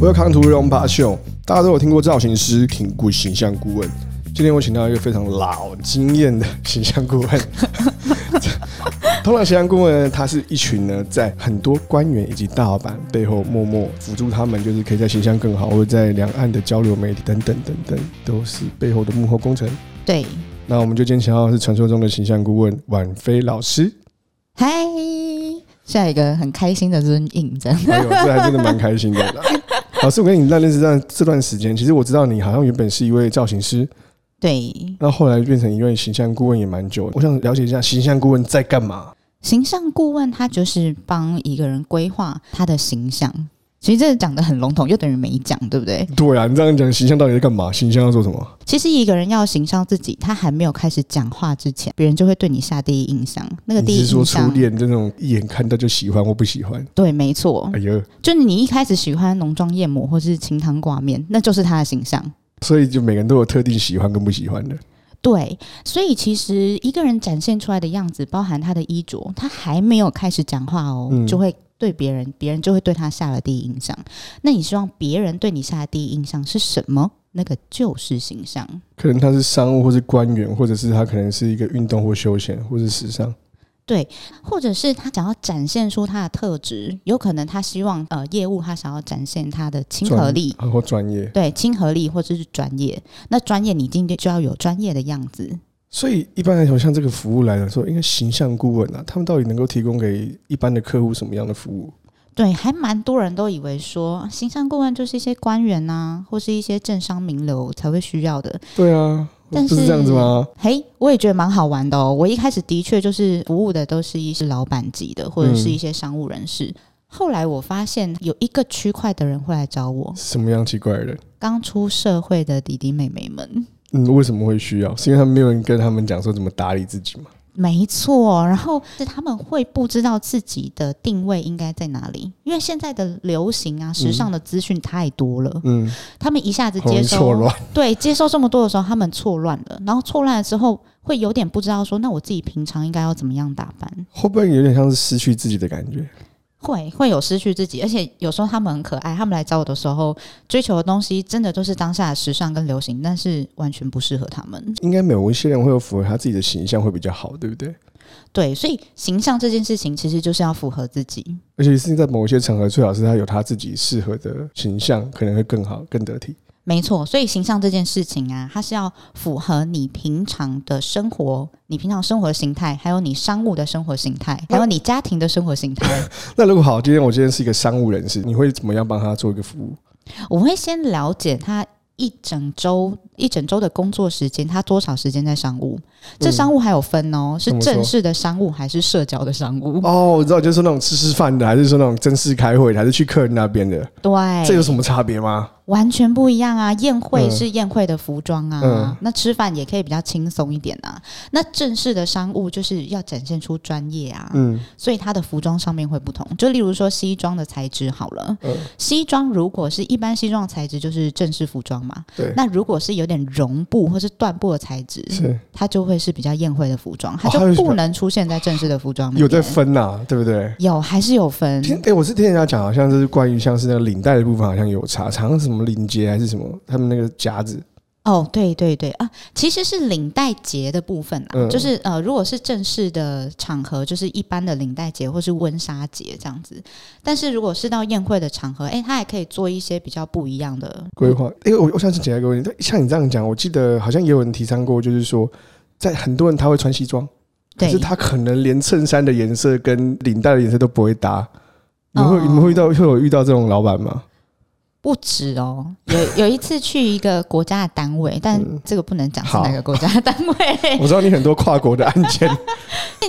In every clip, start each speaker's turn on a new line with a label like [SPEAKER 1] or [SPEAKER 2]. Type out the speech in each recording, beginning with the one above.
[SPEAKER 1] Welcome to Room Bar Show。大家都有听过造型师、评估、形象顾问。今天我请到一个非常老经验的形象顾问。 通常形象顾问呢，他是一群呢，在很多官员以及大老板背后默默辅助他们，就是可以在形象更好，或者在两岸的交流媒体等等等等，都是背后的幕后工程。
[SPEAKER 2] 对，
[SPEAKER 1] 那我们就今天请到的是传说中的形象顾问婉菲老师。
[SPEAKER 2] 嗨，下一个很开心的尊印，这样
[SPEAKER 1] 哎呦，这还真的蛮开心的啦。老师，我跟你认识这段这段时间，其实我知道你好像原本是一位造型师，
[SPEAKER 2] 对。
[SPEAKER 1] 那后来变成一位形象顾问也蛮久。我想了解一下形象顾问在干嘛？
[SPEAKER 2] 形象顾问他就是帮一个人规划他的形象，其实这讲的很笼统，又等于没讲，对不对？
[SPEAKER 1] 对啊，你这样讲形象到底在干嘛？形象要做什么？
[SPEAKER 2] 其实一个人要形象自己，他还没有开始讲话之前，别人就会对你下第一印象。那个第
[SPEAKER 1] 你
[SPEAKER 2] 一
[SPEAKER 1] 是说
[SPEAKER 2] 印
[SPEAKER 1] 初
[SPEAKER 2] 象，
[SPEAKER 1] 恋这种一眼看到就喜欢或不喜欢？
[SPEAKER 2] 对，没错
[SPEAKER 1] 哎，呦，
[SPEAKER 2] 就是你一开始喜欢浓妆艳抹或是清汤挂面，那就是他的形象。
[SPEAKER 1] 所以就每个人都有特定喜欢跟不喜欢的。
[SPEAKER 2] 对，所以其实一个人展现出来的样子，包含他的衣着，他还没有开始讲话哦，
[SPEAKER 1] 嗯
[SPEAKER 2] 就会对别人，别人就会对他下了第一印象。那你希望别人对你下的第一印象是什么？那个就是形象。
[SPEAKER 1] 可能他是商务或是官员，或者是他可能是一个运动或休闲或是时尚。
[SPEAKER 2] 对，或者是他想要展现出他的特质，有可能他希望呃业务他想要展现他的亲和力，
[SPEAKER 1] 专啊或专业。
[SPEAKER 2] 对亲和力或者是专业。那专业你今天就要有专业的样子，
[SPEAKER 1] 所以一般来说，像这个服务来说，应该形象顾问啊，他们到底能够提供给一般的客户什么样的服务？
[SPEAKER 2] 对，还蛮多人都以为说形象顾问就是一些官员呐、或是一些政商名流才会需要的。
[SPEAKER 1] 对啊，
[SPEAKER 2] 但
[SPEAKER 1] 不
[SPEAKER 2] 是
[SPEAKER 1] 是这样子吗？
[SPEAKER 2] 嘿，我也觉得蛮好玩的哦。我一开始的确就是服务的都是一些老板级的，或者
[SPEAKER 1] 嗯
[SPEAKER 2] 是一些商务人士。后来我发现有一个区块的人会来找我，
[SPEAKER 1] 什么样奇怪的人？
[SPEAKER 2] 刚出社会的弟弟妹妹们。
[SPEAKER 1] 嗯，为什么会需要？是因为他们没有人跟他们讲说怎么打理自己嘛？
[SPEAKER 2] 没错，哦然后是他们会不知道自己的定位应该在哪里，因为现在的流行啊、时尚的资讯太多了，
[SPEAKER 1] 嗯，
[SPEAKER 2] 他们一下子
[SPEAKER 1] 很嗯容
[SPEAKER 2] 接
[SPEAKER 1] 易
[SPEAKER 2] 收
[SPEAKER 1] 错乱。
[SPEAKER 2] 对，接受这么多的时候，他们错乱了，然后错乱了之后，会有点不知道说，那我自己平常应该要怎么样打扮，
[SPEAKER 1] 会不会有点像是失去自己的感觉？
[SPEAKER 2] 会会有失去自己，而且有时候他们很可爱，他们来找我的时候，追求的东西真的都是当下的时尚跟流行，但是完全不适合他们。
[SPEAKER 1] 应该某一些人会有符合他自己的形象会比较好，对不对？
[SPEAKER 2] 对，所以形象这件事情其实就是要符合自己。
[SPEAKER 1] 而且是在某一些场合，最好是他有他自己适合的形象，可能会更好、更得体。
[SPEAKER 2] 没错，所以形象这件事情啊，它是要符合你平常的生活，你平常生活的形态，还有你商务的生活形态，还有你家庭的生活形态。
[SPEAKER 1] 那如果好，今天我今天是一个商务人士，你会怎么样帮他做一个服务？
[SPEAKER 2] 我会先了解他一整周一整周的工作时间，他多少时间在商务？这商务还有分哦，是
[SPEAKER 1] 嗯怎么说
[SPEAKER 2] 正式的商务还是社交的商务？
[SPEAKER 1] 哦，我知道，就是说那种吃吃饭的，还是说那种正式开会的，还是去客人那边的，这有
[SPEAKER 2] 对，
[SPEAKER 1] 什么差别吗？
[SPEAKER 2] 完全不一样啊！宴会
[SPEAKER 1] 嗯
[SPEAKER 2] 是宴会的服装啊，
[SPEAKER 1] 嗯
[SPEAKER 2] 那吃饭也可以比较轻松一点啊。那正式的商务就是要展现出专业啊，
[SPEAKER 1] 嗯，
[SPEAKER 2] 所以它的服装上面会不同。就例如说西装的材质好了，
[SPEAKER 1] 嗯
[SPEAKER 2] 西装如果是一般西装的材质就是正式服装嘛，
[SPEAKER 1] 对，嗯
[SPEAKER 2] 那如果是有点绒布或是缎布的材质，
[SPEAKER 1] 是
[SPEAKER 2] 它就会是比较宴会的服装，它
[SPEAKER 1] 哦还有
[SPEAKER 2] 就
[SPEAKER 1] 什么
[SPEAKER 2] 不能出现在正式的服装里面。
[SPEAKER 1] 有在分呐、对不对？
[SPEAKER 2] 有还是有分？
[SPEAKER 1] 听，哎、我是听人家讲，好像是关于像是那个领带的部分，好像有差，常常什么领结还是什么，他们那个夹子，
[SPEAKER 2] 哦，对对对啊，其实是领带结的部分啦，
[SPEAKER 1] 嗯
[SPEAKER 2] 就是呃，如果是正式的场合，就是一般的领带结或是温纱结这样子。但是如果是到宴会的场合，哎，它也可以做一些比较不一样的
[SPEAKER 1] 规划。哎、我我想请教一个问题，像你这样讲，我记得好像也有人提倡过，就是说，在很多人他会穿西装，可
[SPEAKER 2] 对
[SPEAKER 1] 是他可能连衬衫的颜色跟领带的颜色都不会搭。你们会、
[SPEAKER 2] 哦
[SPEAKER 1] 你们会遇到会有遇到这种老板吗？
[SPEAKER 2] 不止哦，有有一次去一个国家的单位，但
[SPEAKER 1] 嗯
[SPEAKER 2] 这个不能讲是
[SPEAKER 1] 好
[SPEAKER 2] 哪个国家的单位。
[SPEAKER 1] 我知道你很多跨国的案 件，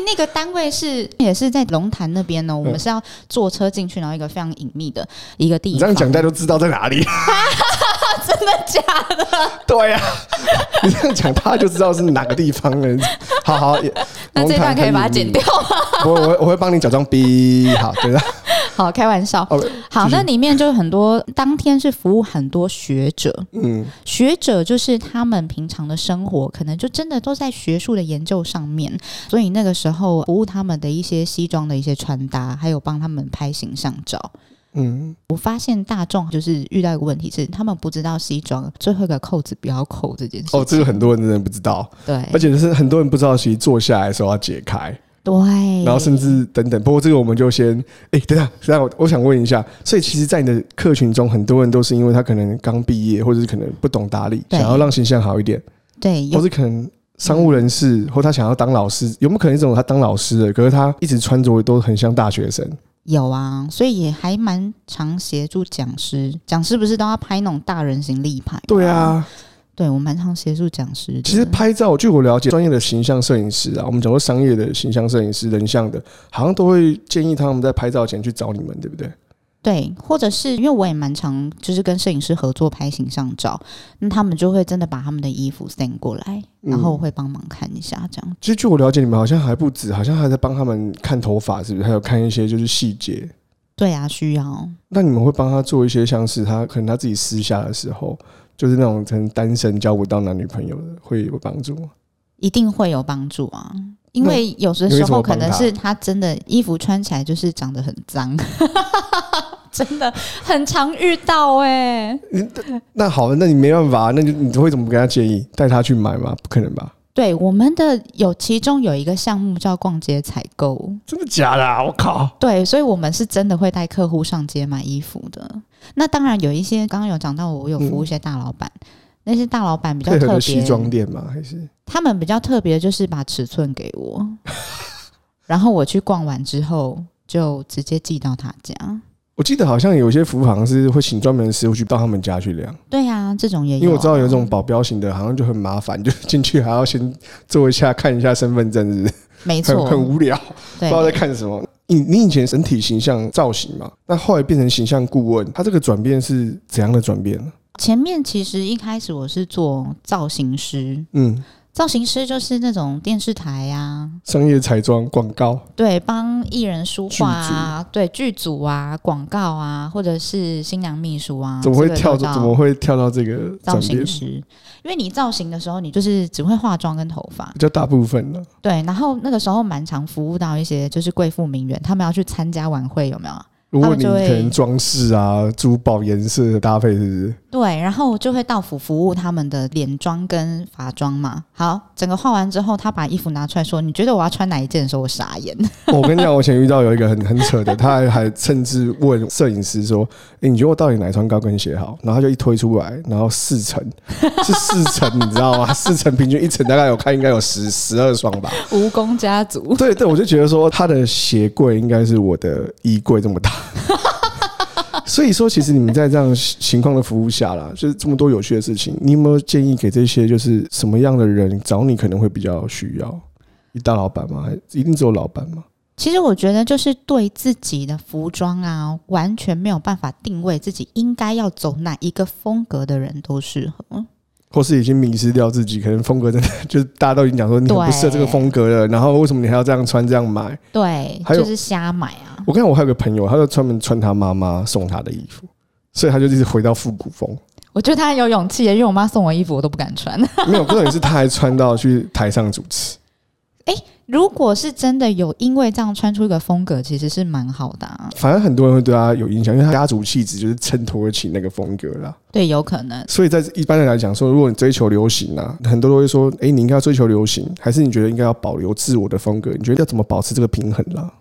[SPEAKER 2] 那个单位是也是在龙潭那边呢、哦我们是要坐车进去，然后一个非常隐秘的一个地
[SPEAKER 1] 你
[SPEAKER 2] 方。
[SPEAKER 1] 这样讲大家都知道在哪里。
[SPEAKER 2] 真的假的？
[SPEAKER 1] 对呀、你这样讲大家就知道是哪个地方了。好好，也
[SPEAKER 2] 那这一段可以把它剪。掉。
[SPEAKER 1] 嗯我我我会帮你假装逼。好，对的。
[SPEAKER 2] 好，开玩笑。
[SPEAKER 1] OK，
[SPEAKER 2] 好，
[SPEAKER 1] 继续
[SPEAKER 2] 那里面就有很多，当天是服务很多学者，
[SPEAKER 1] 嗯，
[SPEAKER 2] 学者就是他们平常的生活，可能就真的都在学术的研究上面，所以那个时候服务他们的一些西装的一些穿搭，还有帮他们拍形象照。
[SPEAKER 1] 嗯，
[SPEAKER 2] 我发现大众就是遇到一个问题是，他们不知道西装最后一个扣子不要扣这件事情。
[SPEAKER 1] 哦，这个很多人真的不知道，
[SPEAKER 2] 对
[SPEAKER 1] 而且就是很多人不知道，其实坐下来的时候要解开，
[SPEAKER 2] 对，
[SPEAKER 1] 然后甚至等等。不过这个我们就先，哎、等一下，等一下，我我想问一下，所以其实，在你的客群中，很多人都是因为他可能刚毕业，或者是可能不懂打理，
[SPEAKER 2] 对
[SPEAKER 1] 想要让形象好一点，
[SPEAKER 2] 对
[SPEAKER 1] 或
[SPEAKER 2] 有
[SPEAKER 1] 是可能商务人士，或他想要当老师，有没有可能一种他当老师的，可是他一直穿着都很像大学生？
[SPEAKER 2] 有啊，所以也还蛮常协助讲师。讲师不是都要拍那种大人形立牌？
[SPEAKER 1] 对，啊，
[SPEAKER 2] 对我蛮常协助讲师的。
[SPEAKER 1] 其实拍照，据我了解，专业的形象摄影师啊，我们讲过商业的形象摄影师、人像的，好像都会建议他们在拍照前去找你们，对不对？
[SPEAKER 2] 对，或者是因为我也蛮常就是跟摄影师合作拍形象照，那他们就会真的把他们的衣服 send 过来，
[SPEAKER 1] 嗯
[SPEAKER 2] 然后我会帮忙看一下这样。
[SPEAKER 1] 其实据我了解，你们好像还不止，好像还在帮他们看头发，是不是？还有看一些就是细节。
[SPEAKER 2] 对啊，需要。
[SPEAKER 1] 那你们会帮他做一些像是他可能他自己私下的时候，就是那种可能单身交不到男女朋友的，会有帮助吗？
[SPEAKER 2] 一定会有帮助啊。因为有的
[SPEAKER 1] 你
[SPEAKER 2] 时
[SPEAKER 1] 会怎么
[SPEAKER 2] 候可
[SPEAKER 1] 帮他
[SPEAKER 2] 能是他真的衣服穿起来就是长得很 脏，真的很常遇到哎、
[SPEAKER 1] 那好，那你没办法，那就你会怎么跟他建议？带他去买吗？不可能吧？
[SPEAKER 2] 对，我们的有其中有一个项目叫逛街采购，
[SPEAKER 1] 真的假的、啊？我靠！
[SPEAKER 2] 对，所以我们是真的会带客户上街买衣服的。那当然有一些，刚刚有讲到我有服务一些大老板，那些大老板比较
[SPEAKER 1] 配合
[SPEAKER 2] 特
[SPEAKER 1] 的西
[SPEAKER 2] 别，
[SPEAKER 1] 装店吗？还是
[SPEAKER 2] 他们比较特别就是把尺寸给我，然后我去逛完之后就直接寄到他家。
[SPEAKER 1] 我记得好像有些服务行是会请专门的师傅去到他们家去量，
[SPEAKER 2] 对啊，这种也有啊、
[SPEAKER 1] 因为我知道有一种保镖型的，好像就很麻烦，就进去还要先做一下看一下身份证，是不是
[SPEAKER 2] 没
[SPEAKER 1] 很 很
[SPEAKER 2] 错，
[SPEAKER 1] 无聊，不
[SPEAKER 2] 对
[SPEAKER 1] 知道在看什么。你你以前身体形象造型嘛，那后来变成形象顾问，他这个转变是怎样的转变呢？
[SPEAKER 2] 前面其实一开始我是做造型师，
[SPEAKER 1] 嗯，
[SPEAKER 2] 造型师就是那种电视台啊，
[SPEAKER 1] 商业彩妆广告，
[SPEAKER 2] 对，帮艺人书画啊，对，剧组啊，广告啊，或者是新娘秘书啊，
[SPEAKER 1] 怎么会
[SPEAKER 2] 这个
[SPEAKER 1] 跳
[SPEAKER 2] 都
[SPEAKER 1] 到
[SPEAKER 2] 到
[SPEAKER 1] 怎么会跳到这个转
[SPEAKER 2] 造
[SPEAKER 1] 变
[SPEAKER 2] 型？师？因为你造型的时候，你就是只会化妆跟头发，
[SPEAKER 1] 比较大部分了，
[SPEAKER 2] 对。然后那个时候蛮常服务到一些就是贵妇名媛，他们要去参加晚会，有没有？
[SPEAKER 1] 如果
[SPEAKER 2] 他们
[SPEAKER 1] 你
[SPEAKER 2] 就
[SPEAKER 1] 可
[SPEAKER 2] 会
[SPEAKER 1] 能装饰啊、珠宝颜色的搭配，是不是？
[SPEAKER 2] 对，然后就会到府服务他们的脸妆跟发妆嘛。好，整个化完之后，他把衣服拿出来说：“你觉得我要穿哪一 件？”的时候，我傻眼。
[SPEAKER 1] 我跟你讲，我以前遇到有一个很很扯的，他还还甚至问摄影师说：“哎、你觉得我到底哪一双高跟鞋好？”然后他就一推出来，然后四层是四层，你知道吗？四层平均一层大概我看应该有十十二双吧。
[SPEAKER 2] 蜈蚣家族，
[SPEAKER 1] 对对，我就觉得说他的鞋柜应该是我的衣柜这么大。 所以说，其实你们在这样情况的服务下啦，就是这么多有趣的事情，你有没有建议给这些就是什么样的人找你可能会比较需要？一大老板吗？还一定只有老板吗？
[SPEAKER 2] 其实我觉得就是对自己的服装啊，完全没有办法定位自己应该要走哪一个风格的人都适合。
[SPEAKER 1] 或是已经迷失掉自己，可能风格真的 就是大家都已经讲说你很不适合这个风格了，然后为什么你还要这样穿这样买？
[SPEAKER 2] 对，
[SPEAKER 1] 还有
[SPEAKER 2] 就是瞎买啊。
[SPEAKER 1] 我看我还有个朋友，他就专门穿他妈妈送他的衣服，所以他就一直回到复古风。
[SPEAKER 2] 我觉得他很有勇气耶，因为我妈送我衣服，我都不敢穿。
[SPEAKER 1] 没有，重点是他还穿到去台上主持，
[SPEAKER 2] 如果是真的有因为这样穿出一个风格，其实是蛮好的、啊。
[SPEAKER 1] 反而很多人会对他有印象，因为他家族气质就是衬托起那个风格啦。
[SPEAKER 2] 对，有可能。
[SPEAKER 1] 所以在一般人来讲说，如果你追求流行啊，很多都会说，哎、你应该要追求流行，还是你觉得应该要保留自我的风格？你觉得要怎么保持这个平衡啦？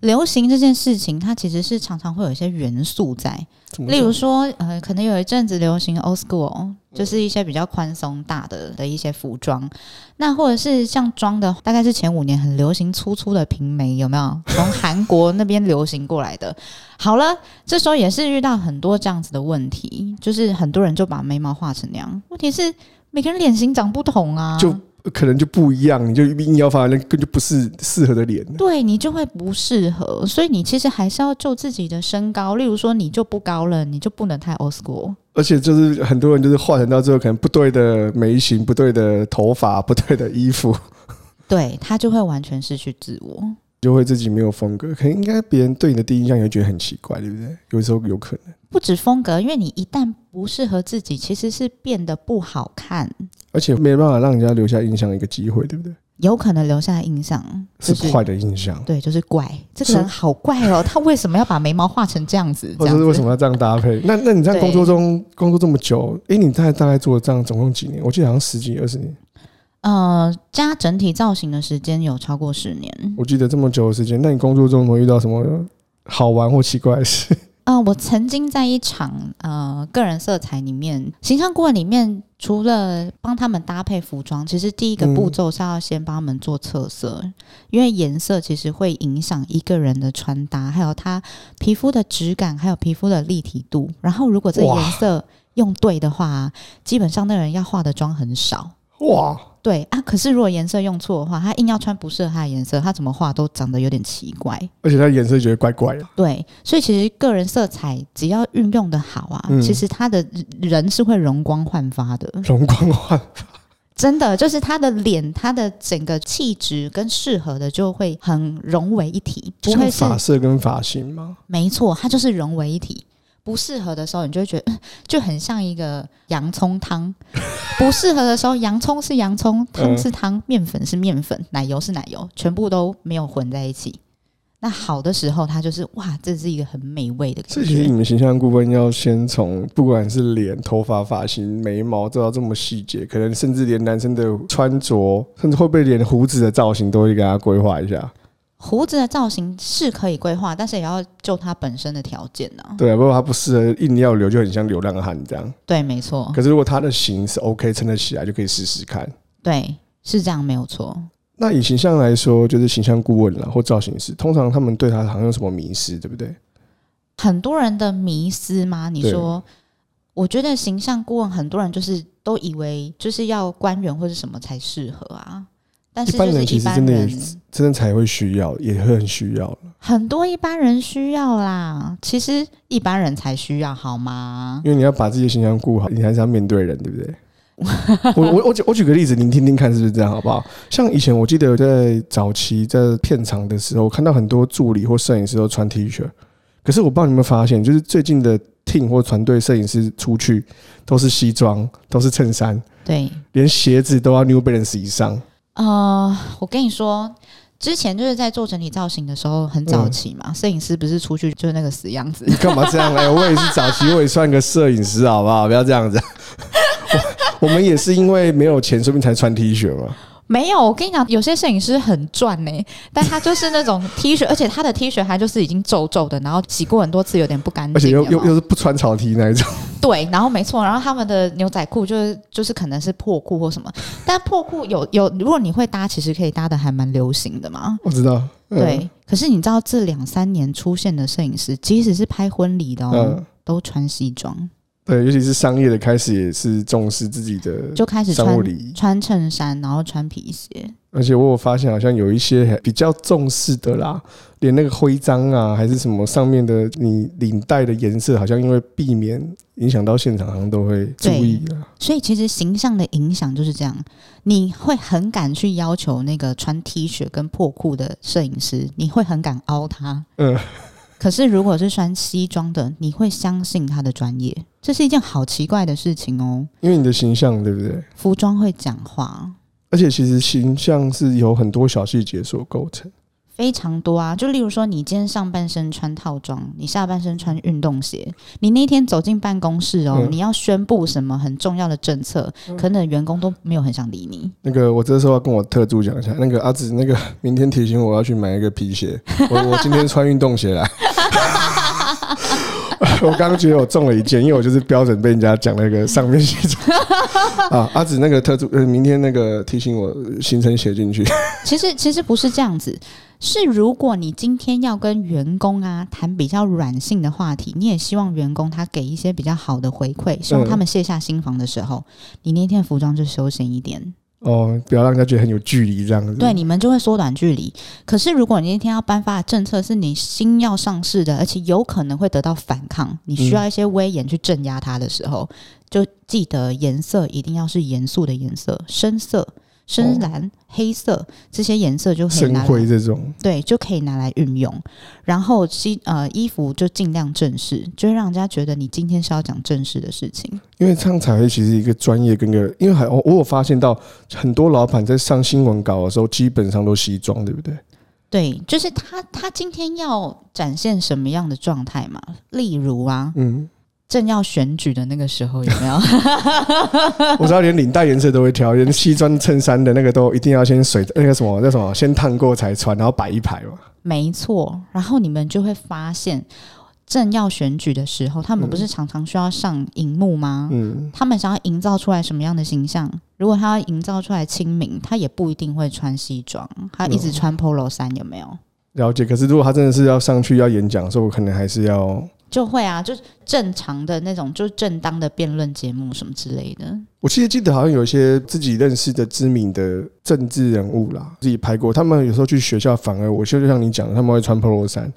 [SPEAKER 2] 流行这件事情，它其实是常常会有一些元素在，
[SPEAKER 1] 怎么
[SPEAKER 2] 例
[SPEAKER 1] 说嗯
[SPEAKER 2] 如说，呃，可能有一阵子流行 old school，就是一些比较宽松大的的一些服装，那或者是像妆的，大概是前五年很流行粗粗的平眉，有没有？从韩国那边流行过来的。 好了，这时候也是遇到很多这样子的问题，就是很多人就把眉毛画成那样，问题是每个人脸型长不同啊，
[SPEAKER 1] 就可能就不一样，你就硬要发，那根本就不是适合的脸。
[SPEAKER 2] 对你就会不适合，所以你其实还是要就自己的身高，例如说你就不高了，你就不能太 old school。
[SPEAKER 1] 而且就是很多人就是化成到最后，可能不对的眉形、不对的头发、不对的衣服，
[SPEAKER 2] 对他就会完全失去自我。
[SPEAKER 1] 就会自己没有风格。可能应该别人对你的第一印象也会觉得很奇怪，对不对？有时候有可能，
[SPEAKER 2] 不止风格，因为你一旦不适合自己，其实是变得不好看。
[SPEAKER 1] 而且没办法让人家留下印象的一个机会，对不对？
[SPEAKER 2] 有可能留下的印象就是是
[SPEAKER 1] 坏的印象，
[SPEAKER 2] 对，就是怪，这个
[SPEAKER 1] 是
[SPEAKER 2] 人好怪 哦，他为什么要把眉毛画成这样子？
[SPEAKER 1] 或者
[SPEAKER 2] 这样
[SPEAKER 1] 是
[SPEAKER 2] 子
[SPEAKER 1] 为什么要这样搭配？那那你在
[SPEAKER 2] 对
[SPEAKER 1] 工作中工作这么久，诶，你大概大概做了这样总共几年？我记得好像十几二十年，
[SPEAKER 2] 呃，加整体造型的时间有超过十年。
[SPEAKER 1] 我记得这么久的时间。那你工作中有没有遇到什么好玩或奇怪的事？
[SPEAKER 2] 呃，我曾经在一场呃个人色彩里面，形象顾问里面，除了帮他们搭配服装，其实第一个
[SPEAKER 1] 嗯
[SPEAKER 2] 步骤是要先帮他们做测色，因为颜色其实会影响一个人的穿搭，还有他皮肤的质感，还有皮肤的立体度。然后如果这
[SPEAKER 1] 哇
[SPEAKER 2] 颜色用对的话，基本上那个人要化的妆很少。
[SPEAKER 1] 哇，
[SPEAKER 2] 对啊，可是如果颜色用错的话，他硬要穿不适合他的颜色，他怎么画都长得有点奇怪。
[SPEAKER 1] 而且他颜色觉得怪怪的，
[SPEAKER 2] 对，所以其实个人色彩只要运用的好啊，
[SPEAKER 1] 嗯
[SPEAKER 2] 其实他的人是会容光焕发的，
[SPEAKER 1] 容光焕
[SPEAKER 2] 真的就是他的脸，他的整个气质跟适合的就会很融为一体，不
[SPEAKER 1] 像
[SPEAKER 2] 会是
[SPEAKER 1] 发色跟发型吗？
[SPEAKER 2] 没错，它就是融为一体。不适合的时候，你就会觉得嗯就很像一个洋葱 汤。不适合的时候，洋葱是洋葱，汤
[SPEAKER 1] 嗯
[SPEAKER 2] 是汤，面粉是面粉，奶油是奶油，全部都没有混在一起。那好的时候，它就是哇，这是一个很美味的
[SPEAKER 1] 这
[SPEAKER 2] 感
[SPEAKER 1] 其实
[SPEAKER 2] 觉
[SPEAKER 1] 你。们形象顾问要先从不管是脸、头发、发型、眉毛做到这么细节，可能甚至连男生的穿着，甚至会不会连胡子的造型都会给他规划一下。
[SPEAKER 2] 嗯胡子的造型是可以规划，但是也要就它本身的条件呢、
[SPEAKER 1] 对啊，不过他不适合硬要留，就很像流浪汉这样。
[SPEAKER 2] 对，没错，
[SPEAKER 1] 可是如果他的型是 OK，撑得起来，就可以试试看。
[SPEAKER 2] 对，是这样，没有错。
[SPEAKER 1] 那以形象来说，就是形象顾问啦或造型师，通常他们对他好像有什么迷失，对不对？
[SPEAKER 2] 很多人的迷思吗？你
[SPEAKER 1] 对
[SPEAKER 2] 说，我觉得形象顾问很多人就是都以为就是要官员或者什么才适合啊，但是
[SPEAKER 1] 一般
[SPEAKER 2] 就
[SPEAKER 1] 人
[SPEAKER 2] 是
[SPEAKER 1] 其
[SPEAKER 2] 一
[SPEAKER 1] 实
[SPEAKER 2] 般
[SPEAKER 1] 真的也
[SPEAKER 2] 人
[SPEAKER 1] 真的才会需要，也会很需要了。
[SPEAKER 2] 很多一般人需要啦，其实一般人才需要好吗？
[SPEAKER 1] 因为你要把自己的形象顾好，你还是要面对人，对不对？ 我我我举我举个例子，您听听看是不是这样，好不好？像以前我记得在早期在片场的时候，我看到很多助理或摄影师都穿 T 恤，可是我不知道你们有没有发现，就是最近的 team 或团队摄影师出去都是西装，都是衬衫，
[SPEAKER 2] 对，
[SPEAKER 1] 连鞋子都要 New Balance 以上。
[SPEAKER 2] 呃，我跟你说。之前就是在做整体造型的时候很早
[SPEAKER 1] 嗯
[SPEAKER 2] 期嘛，摄、影师不是出去就是那个死样子，
[SPEAKER 1] 你干嘛这样？哎、我也是早期，我也算个摄影师，啊好不好？ 不要这样子。我我们也是因为没有钱，所以才穿 T 恤嘛。
[SPEAKER 2] 没有，我跟你讲，有些摄影师很赚呢、但他就是那种 T 恤，而且他的 T 恤还就是已经皱皱的，然后洗过很多次，有点不干
[SPEAKER 1] 而且
[SPEAKER 2] 净。
[SPEAKER 1] 又
[SPEAKER 2] 有
[SPEAKER 1] 又
[SPEAKER 2] 没有
[SPEAKER 1] 又是不穿草 T 那一种，
[SPEAKER 2] 对，然后没错，然后他们的牛仔裤就是就是可能是破裤或什么，但破裤有有，如果你会搭，其实可以搭的还蛮流行的嘛。
[SPEAKER 1] 我知道。嗯、
[SPEAKER 2] 对，可是你知道这两三年出现的摄影师，即使是拍婚礼的哦，
[SPEAKER 1] 嗯，
[SPEAKER 2] 都穿西装，
[SPEAKER 1] 对，尤其是商业的开始也是重视自己的
[SPEAKER 2] 就开始
[SPEAKER 1] 商
[SPEAKER 2] 穿
[SPEAKER 1] 务礼仪，
[SPEAKER 2] 穿衬衫，然后穿皮鞋。
[SPEAKER 1] 而且我有发现，好像有一些比较重视的啦，连那个徽章啊，还是什么上面的你领带的颜色，好像因为避免影响到现场，好像都会注意啊。
[SPEAKER 2] 所以其实形象的影响就是这样，你会很敢去要求那个穿 T 恤跟破裤的摄影师，你会很敢凹他。
[SPEAKER 1] 嗯，
[SPEAKER 2] 可是如果是穿西装的，你会相信他的专业，这是一件好奇怪的事情哦。
[SPEAKER 1] 因为你的形象，对不对？
[SPEAKER 2] 服装会讲话，
[SPEAKER 1] 而且其实形象是由很多小细节所构成。
[SPEAKER 2] 非常多啊。就例如说，你今天上半身穿套装，你下半身穿运动鞋，你那天走进办公室哦，
[SPEAKER 1] 嗯
[SPEAKER 2] 你要宣布什么很重要的政策，可能员工都没有很想理你。
[SPEAKER 1] 那个，我这时候要跟我特助讲一下，那个阿紫，那个明天提醒我要去买一个皮鞋，我我今天穿运动鞋来。 我刚刚觉得我中了一箭，因为我就是标准被人家讲那个上面写着啊，阿紫那个特助，呃，明天那个提醒我行程写进去。
[SPEAKER 2] 其实其实不是这样子，是如果你今天要跟员工啊谈比较软性的话题，你也希望员工他给一些比较好的回馈，希望他们卸下心防的时候，你那天服装就休闲一点，
[SPEAKER 1] 哦，不要让人家觉得很有距离这样子。
[SPEAKER 2] 对，你们就会缩短距离。可是如果你那天要颁发的政策是你新要上市的，而且有可能会得到反抗，你需要一些威严去镇压它的时候，就记得颜色一定要是严肃的颜色，深色。深蓝、黑色这些颜色就可以
[SPEAKER 1] 深
[SPEAKER 2] 拿来
[SPEAKER 1] 灰这种，
[SPEAKER 2] 对，就可以拿来运用。然后西呃衣服就尽量正式，就会让人家觉得你今天是要讲正式的事情。
[SPEAKER 1] 因为唱才会其实一个专业跟一个，因为还我我有发现到很多老板在上新闻稿的时候，基本上都西装，对不对？
[SPEAKER 2] 对，就是他他今天要展现什么样的状态嘛？例如啊，
[SPEAKER 1] 嗯，
[SPEAKER 2] 正要选举的那个时候，有 没有？
[SPEAKER 1] 我知道连领带颜色都会挑，连西装衬衫的那个都一定要先水那个什么那什么先烫过才穿，然后摆一排嘛。
[SPEAKER 2] 没错，然后你们就会发现，正要选举的时候，他们不是常常需要上荧幕吗？
[SPEAKER 1] 嗯，
[SPEAKER 2] 他们想要营造出来什么样的形象？如果他要营造出来亲民，他也不一定会穿西装，他一直穿 polo 衫，有没
[SPEAKER 1] 嗯
[SPEAKER 2] 有？
[SPEAKER 1] 了解。可是如果他真的是要上去要演讲的时候，我可能还是要，
[SPEAKER 2] 就会啊，就是正常的那种，就是正当的辩论节目什么之类的。
[SPEAKER 1] 我其实记得好像有一些自己认识的知名的政治人物啦，自己拍过，他们有时候去学校，反而我就像你讲的，他们会穿 polo 衫，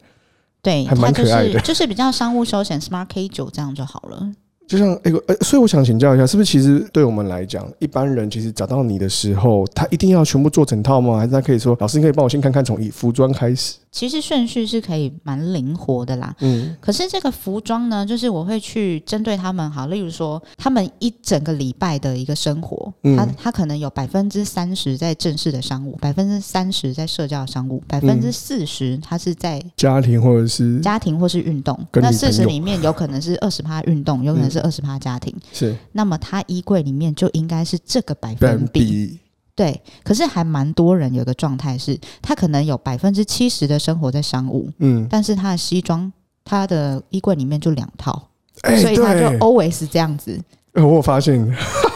[SPEAKER 2] 对，
[SPEAKER 1] 还蛮
[SPEAKER 2] 他就
[SPEAKER 1] 可爱
[SPEAKER 2] 是
[SPEAKER 1] 的
[SPEAKER 2] 就是比较商务休闲，smart K 九这样就好了。
[SPEAKER 1] 就像 哎、我呃，所以我想请教一下，是不是其实对我们来讲，一般人其实找到你的时候，他一定要全部做整套吗？还是他可以说，老师，你可以帮我先看看从以服装开始？
[SPEAKER 2] 其实顺序是可以蛮灵活的啦，
[SPEAKER 1] 嗯，
[SPEAKER 2] 可是这个服装呢，就是我会去针对他们，好，例如说他们一整个礼拜的一个生活，
[SPEAKER 1] 嗯
[SPEAKER 2] 他他可能有百分之三十在正式的商务，百分之三十在社交商务，百分之四十他是在
[SPEAKER 1] 家庭或者是
[SPEAKER 2] 家庭或是运动，
[SPEAKER 1] 跟
[SPEAKER 2] 那
[SPEAKER 1] 女朋
[SPEAKER 2] 四
[SPEAKER 1] 友嗯
[SPEAKER 2] 十里面有可能是二十趴运动，有可能是二十趴家庭，
[SPEAKER 1] 是
[SPEAKER 2] 那么他衣柜里面就应该是这个百分
[SPEAKER 1] 本
[SPEAKER 2] 比。
[SPEAKER 1] 比
[SPEAKER 2] 对，可是还蛮多人有一个状态是，他可能有百分之七十的生活在商务，
[SPEAKER 1] 嗯，
[SPEAKER 2] 但是他的西装，他的衣柜里面就两套，
[SPEAKER 1] 哎、
[SPEAKER 2] 所以他就哦
[SPEAKER 1] 对，
[SPEAKER 2] always 这样子，
[SPEAKER 1] 呃我有发现，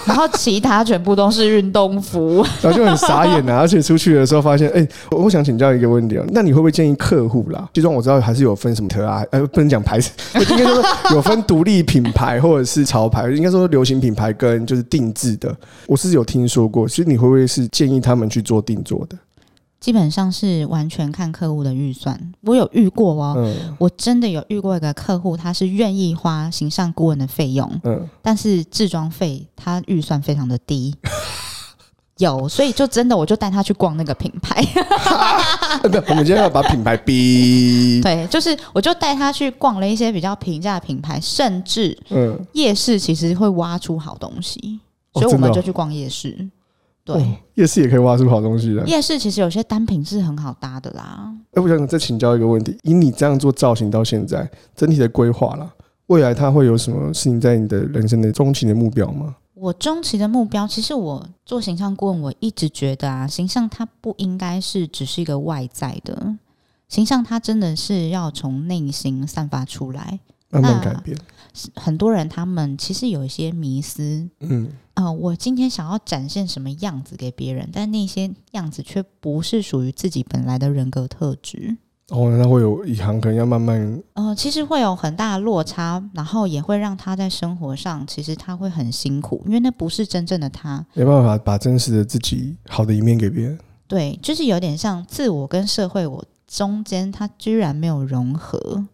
[SPEAKER 2] 然后其他全部都是运 动服。
[SPEAKER 1] 然后就很傻眼 啊！而且出去的时候发现，哎、我我想请教一个问题啊，那你会不会建议客户啦？西装我知道还是有分什么特啊，呃，不能讲牌子，我应该 说有分独立品牌或者是潮牌，应该说流行品牌跟就是定制的，我是有听说过。所以你会不会是建议他们去做定做的？
[SPEAKER 2] 基本上是完全看客户的预算，我有遇过哦，
[SPEAKER 1] 嗯
[SPEAKER 2] 我真的有遇过一个客户，他是愿意花形象顾问的费用，
[SPEAKER 1] 嗯，
[SPEAKER 2] 但是制装费他预算非常的低。 有，所以就真的我就带他去逛那个品 牌，
[SPEAKER 1] 啊不，我们今天要把品牌 逼，
[SPEAKER 2] 对，就是我就带他去逛了一些比较平价的品牌，甚至
[SPEAKER 1] 嗯，
[SPEAKER 2] 夜市其实会挖出好东西，
[SPEAKER 1] 哦
[SPEAKER 2] 所以我
[SPEAKER 1] 真的
[SPEAKER 2] 们
[SPEAKER 1] 哦
[SPEAKER 2] 就去逛夜市。对，
[SPEAKER 1] 哦夜市也可以挖出好东西来。
[SPEAKER 2] 夜市其实有些单品是很好搭的啦。
[SPEAKER 1] 哎、我想再请教一个问题：以你这样做造型到现在，整体的规划啦，未来它会有什么事情在你的人生的中期的目标吗？
[SPEAKER 2] 我中期的目标，其实我做形象顾问，我一直觉得啊，形象它不应该是只是一个外在的，形象它真的是要从内心散发出来。
[SPEAKER 1] 慢
[SPEAKER 2] 呃
[SPEAKER 1] 慢改变，
[SPEAKER 2] 很多人他们其实有一些迷思，
[SPEAKER 1] 嗯，
[SPEAKER 2] 呃，我今天想要展现什么样子给别人，但那些样子却不是属于自己本来的人格特质。
[SPEAKER 1] 哦，那会有一行可能要慢慢，
[SPEAKER 2] 呃，其实会有很大的落差，然后也会让他在生活上，其实他会很辛苦，因为那不是真正的他。
[SPEAKER 1] 没办法把真实的自己好的一面给别人，
[SPEAKER 2] 对，就是有点像自我跟社会我中间，他居然没有融合。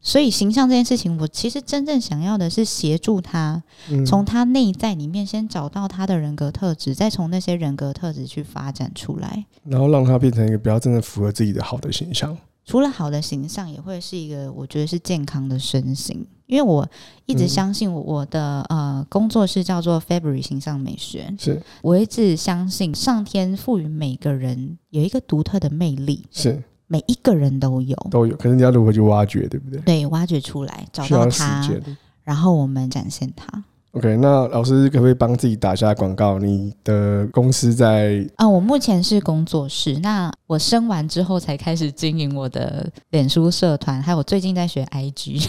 [SPEAKER 2] 所以形象这件事情，我其实真正想要的是协助他
[SPEAKER 1] 嗯，
[SPEAKER 2] 从他内在里面先找到他的人格特质，再从那些人格特质去发展出来。
[SPEAKER 1] 然后让它变成一个比较真的符合自己的好的形象。
[SPEAKER 2] 除了好的形象，也会是一个我觉得是健康的身形，因为我一直
[SPEAKER 1] 嗯
[SPEAKER 2] 相信我我的、呃工作室叫做 February 形象美学，
[SPEAKER 1] 是
[SPEAKER 2] 我一直相信上天赋予每个人有一个独特的魅力，
[SPEAKER 1] 是
[SPEAKER 2] 每一个人都有，
[SPEAKER 1] 都有，可是你要如何去挖掘，对不对？
[SPEAKER 2] 对，挖掘出来，找
[SPEAKER 1] 需
[SPEAKER 2] 到
[SPEAKER 1] 要时
[SPEAKER 2] 它，
[SPEAKER 1] 间。
[SPEAKER 2] 然后我们展现它。
[SPEAKER 1] OK，那老师可不可以帮自己打下广告？你的公司在
[SPEAKER 2] 啊、我目前是工作室，那我生完之后才开始经营我的脸书社团，还有我最近在学 IG，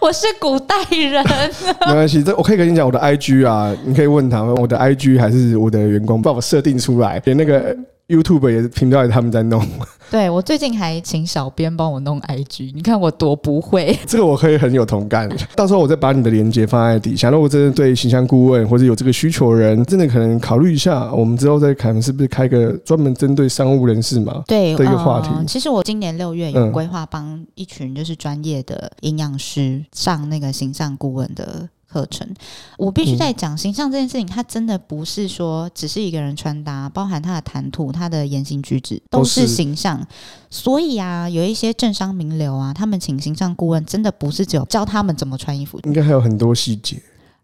[SPEAKER 2] 我是古代人。
[SPEAKER 1] 没关系，这我可以跟你讲，我的 IG 啊，你可以问他们，我的 IG 还是我的员工帮我设定出来，连那个 YouTube 也频道也他们在弄，
[SPEAKER 2] 对我最近还请小编帮我弄 IG，你看我多不会。
[SPEAKER 1] 这个我可以很有同感。到时候我再把你的链接放在底下，如果真的对形象顾问或者有这个需求的人，真的可能考虑一下，我们之后再看是不是开个专门针对商务人士嘛。
[SPEAKER 2] 对，
[SPEAKER 1] 这个话题
[SPEAKER 2] 呃其实我今年六月有
[SPEAKER 1] 嗯
[SPEAKER 2] 规划帮一群就是专业的营养师上那个形象顾问的。课程。我必须在讲形象这件事情，它真的不是说只是一个人穿搭，包含他的谈吐、他的言行举止
[SPEAKER 1] 都
[SPEAKER 2] 都
[SPEAKER 1] 哦是
[SPEAKER 2] 是形象。所以啊，有一些政商名流啊，他们请形象顾问，真的不是只有教他们怎么穿衣服，
[SPEAKER 1] 应该还有很多细节，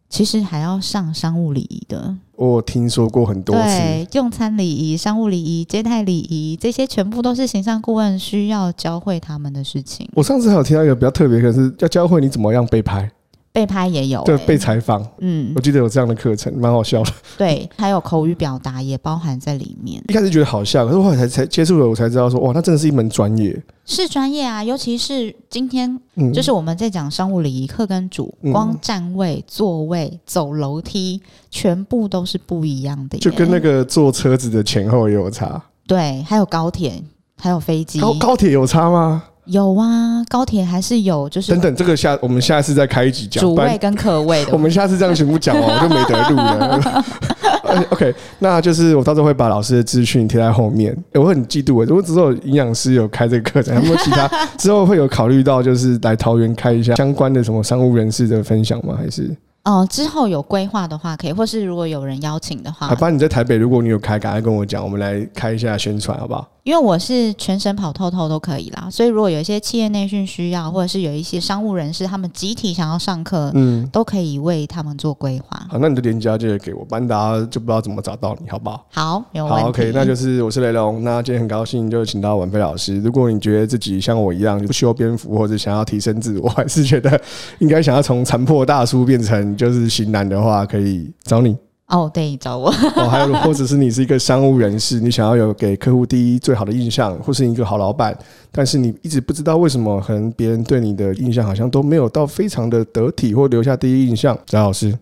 [SPEAKER 2] 其实还要上商务礼仪的。
[SPEAKER 1] 我有听说过很多次。
[SPEAKER 2] 对，用餐礼仪、商务礼仪、接待礼仪，这些全部都是形象顾问需要教会他们的事情。
[SPEAKER 1] 我上次还有听到一个比较特别的，可能是要教会你怎么样被拍，
[SPEAKER 2] 被拍也有、
[SPEAKER 1] 哦对，
[SPEAKER 2] 欸
[SPEAKER 1] 被采访。
[SPEAKER 2] 嗯
[SPEAKER 1] 我，记得有这样的课程，蛮好笑的。
[SPEAKER 2] 对，还有口语表达也包含在里面，
[SPEAKER 1] 一开始觉得好笑，可是后来才才接触了，我才知道说，哇，那真的是一门专业。
[SPEAKER 2] 是专业啊。尤其是今天，
[SPEAKER 1] 嗯，
[SPEAKER 2] 就是我们在讲商务礼仪课跟主，
[SPEAKER 1] 嗯
[SPEAKER 2] 光站位、座位、走楼梯，全部都是不一样的耶。
[SPEAKER 1] 就跟那个坐车子的前后也有差，
[SPEAKER 2] 对，还有高铁，还有飞机，
[SPEAKER 1] 高高铁有差吗？
[SPEAKER 2] 有啊，高铁还是有，就是
[SPEAKER 1] 等等，这个下我们下次再开一集讲。
[SPEAKER 2] 主
[SPEAKER 1] 不然
[SPEAKER 2] 位跟客位的
[SPEAKER 1] 我。们下次这样全部讲完，我就没得录 了。呃 OK，那就是我到时候会把老师的资讯贴在后面。欸我很嫉妒欸，如果只有营养师有开这个课程，有没有其他之后会有考虑到，就是来桃园开一下相关的什么商务人士的分享吗？还是
[SPEAKER 2] 哦，之后有规划的话可以，或是如果有人邀请的
[SPEAKER 1] 好
[SPEAKER 2] 话，
[SPEAKER 1] 啊吧，你在台北，如果你有开，赶快跟我讲，我们来开一下宣传，好不好？
[SPEAKER 2] 因为我是全省跑透透都可以啦，所以如果有一些企业内训需要，或者是有一些商务人士他们集体想要上课，
[SPEAKER 1] 嗯，
[SPEAKER 2] 都可以为他们做规划。
[SPEAKER 1] 好，那你的链接记得给我，不然大家就不知道怎么找到你，好不好？
[SPEAKER 2] 好，没有问题。
[SPEAKER 1] 好，OK，那就是我是雷龙。那今天很高兴就请到婉菲老师。如果你觉得自己像我一样就不修边幅，或者想要提升自我， 还是觉得应该想要从残破大叔变成就是型男的话，可以找你。
[SPEAKER 2] 哦，对，找我。
[SPEAKER 1] 哦，还有或者是你是一个商务人士，你想要有给客户第一最好的印象，或是你一个好老板，但是你一直不知道为什么，可能别人对你的印象好像都没有到非常的得体或留下第一印象。翟老师，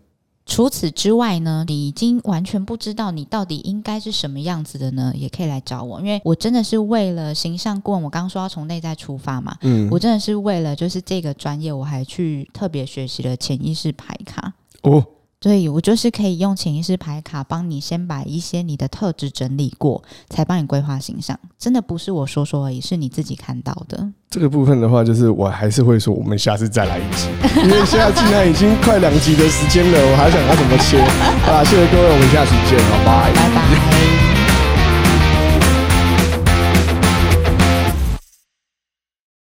[SPEAKER 2] 除此之外呢，你已经完全不知道你到底应该是什么样子的呢，也可以来找我，因为我真的是为了形象顾问，我刚刚说要从内在出发嘛，
[SPEAKER 1] 嗯，
[SPEAKER 2] 我真的是为了就是这个专业，我还去特别学习了潜意识牌卡。
[SPEAKER 1] 哦，
[SPEAKER 2] 所以我就是可以用潜意识牌卡帮你先把一些你的特质整理过，才帮你规划形象。真的不是我说说而已，是你自己看到的。
[SPEAKER 1] 这个部分的话，就是我还是会说，我们下次再来一集，因为现在竟然已经快两集的时间了，我还想要怎么切？好啦，谢谢各位，我们下期见，拜拜。
[SPEAKER 2] 拜拜。